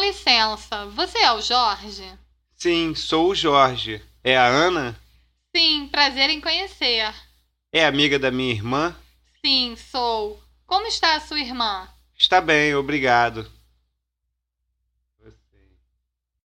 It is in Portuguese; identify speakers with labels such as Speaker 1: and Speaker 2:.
Speaker 1: licença, você é o Jorge?
Speaker 2: Sim, sou o Jorge. É a Ana?
Speaker 1: Sim, prazer em conhecer.
Speaker 2: É amiga da minha irmã?
Speaker 1: Sim, sou. Como está a sua irmã?
Speaker 2: Está bem, obrigado.